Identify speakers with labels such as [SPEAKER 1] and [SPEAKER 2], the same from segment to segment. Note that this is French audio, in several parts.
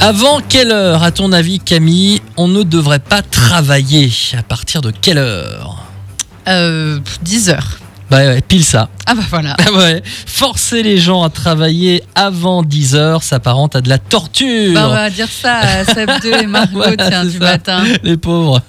[SPEAKER 1] Avant quelle heure, à ton avis, Camille, on ne devrait pas travailler À partir de quelle heure
[SPEAKER 2] Euh, pff, 10 heures.
[SPEAKER 1] Bah ouais, pile ça.
[SPEAKER 2] Ah bah voilà.
[SPEAKER 1] Ah ouais. Forcer les gens à travailler avant 10 heures s'apparente à de la torture.
[SPEAKER 2] Bah, on va dire ça à Seb 2 et Margot
[SPEAKER 1] Voilà,
[SPEAKER 2] tiens,
[SPEAKER 1] c'est
[SPEAKER 2] du
[SPEAKER 1] ça.
[SPEAKER 2] matin,
[SPEAKER 1] Les pauvres.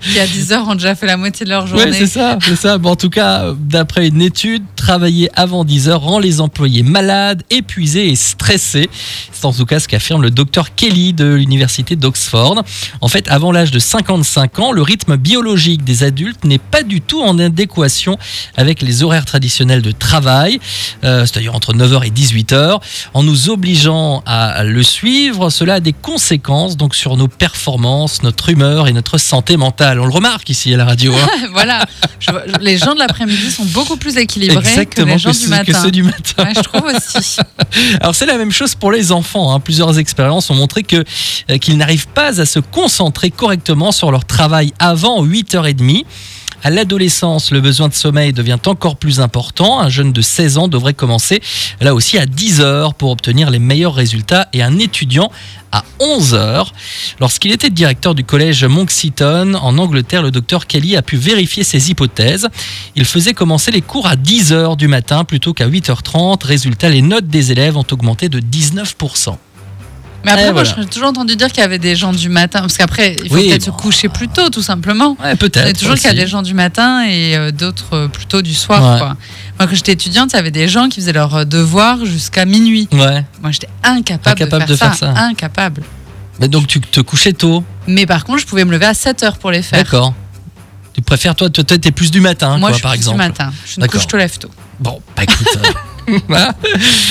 [SPEAKER 2] qui à 10 heures ont déjà fait la moitié de leur
[SPEAKER 1] Ouais,
[SPEAKER 2] journée.
[SPEAKER 1] c'est ça, c'est ça. Bon, en tout cas, euh, d'après une étude, travailler avant 10 heures rend les employés malades, épuisés et stressés. C'est en tout cas ce qu'affirme le docteur Kelly de l'université d'Oxford. En fait, avant l'âge de 55 ans, le rythme biologique des adultes n'est pas du tout en adéquation avec les horaires traditionnels de travail, euh, c'est-à-dire entre 9h et 18h. En nous obligeant à le suivre, cela a des conséquences donc sur nos performances, notre humeur et notre santé mentale. On le remarque ici à la radio. hein.
[SPEAKER 2] voilà. Je vois- les gens de l'après-midi sont beaucoup plus équilibrés que
[SPEAKER 1] Exactement,
[SPEAKER 2] les gens du
[SPEAKER 1] ceux-
[SPEAKER 2] matin.
[SPEAKER 1] ceux du matin.
[SPEAKER 2] Ouais, je trouve aussi.
[SPEAKER 1] Alors c'est la même chose pour les enfants. hein. Plusieurs expériences ont montré que euh, qu'ils n'arrivent pas à se concentrer correctement sur leur travail avant 8h30. À l'adolescence, le besoin de sommeil devient encore plus important. Un jeune de 16 ans devrait commencer là aussi à 10 heures pour obtenir les meilleurs résultats et un étudiant à 11 heures. Lorsqu'il était directeur du collège Monkston en Angleterre, le docteur Kelly a pu vérifier ses hypothèses. Il faisait commencer les cours à 10 heures du matin plutôt qu'à 8h30. Résultat, les notes des élèves ont augmenté de 19%.
[SPEAKER 2] Mais après,
[SPEAKER 1] Eh,
[SPEAKER 2] moi,
[SPEAKER 1] voilà.
[SPEAKER 2] j'ai toujours entendu dire qu'il y avait des gens du matin. Parce qu'après, il faut
[SPEAKER 1] Oui,
[SPEAKER 2] peut-être
[SPEAKER 1] bon.
[SPEAKER 2] se coucher plus tôt, tout simplement.
[SPEAKER 1] Ouais,
[SPEAKER 2] On est
[SPEAKER 1] peut-être.
[SPEAKER 2] toujours qu'il y a
[SPEAKER 1] aussi.
[SPEAKER 2] des gens du matin et euh, d'autres euh, plutôt du soir.
[SPEAKER 1] Ouais.
[SPEAKER 2] Quoi. Moi, quand j'étais étudiante, il y avait des gens qui faisaient leurs euh, devoirs jusqu'à minuit.
[SPEAKER 1] Ouais.
[SPEAKER 2] Moi, j'étais incapable,
[SPEAKER 1] Incapable
[SPEAKER 2] de, faire, ça. Incapable.
[SPEAKER 1] Mais donc tu te couchais tôt.
[SPEAKER 2] Mais par contre, je pouvais me lever à 7 heures pour les faire.
[SPEAKER 1] D'accord. Tu préfères toi, toi t'es plus du matin,
[SPEAKER 2] Moi,
[SPEAKER 1] quoi,
[SPEAKER 2] je suis
[SPEAKER 1] par
[SPEAKER 2] plus du
[SPEAKER 1] exemple.
[SPEAKER 2] matin. Je suis une
[SPEAKER 1] D'accord.
[SPEAKER 2] couche, je te lève tôt.
[SPEAKER 1] Bon, bah écoute, euh,
[SPEAKER 2] Je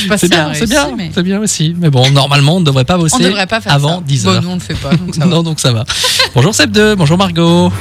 [SPEAKER 2] sais pas
[SPEAKER 1] c'est
[SPEAKER 2] si ça
[SPEAKER 1] bien,
[SPEAKER 2] a
[SPEAKER 1] c'est
[SPEAKER 2] réussi,
[SPEAKER 1] bien,
[SPEAKER 2] mais
[SPEAKER 1] c'est bien aussi. Mais bon, normalement, on ne devrait pas bosser.
[SPEAKER 2] On devrait pas faire
[SPEAKER 1] avant
[SPEAKER 2] ça.
[SPEAKER 1] 10
[SPEAKER 2] Bon,
[SPEAKER 1] heures.
[SPEAKER 2] nous, on le fait pas. donc ça va.
[SPEAKER 1] non, donc ça va. bonjour Seb2, bonjour Margot.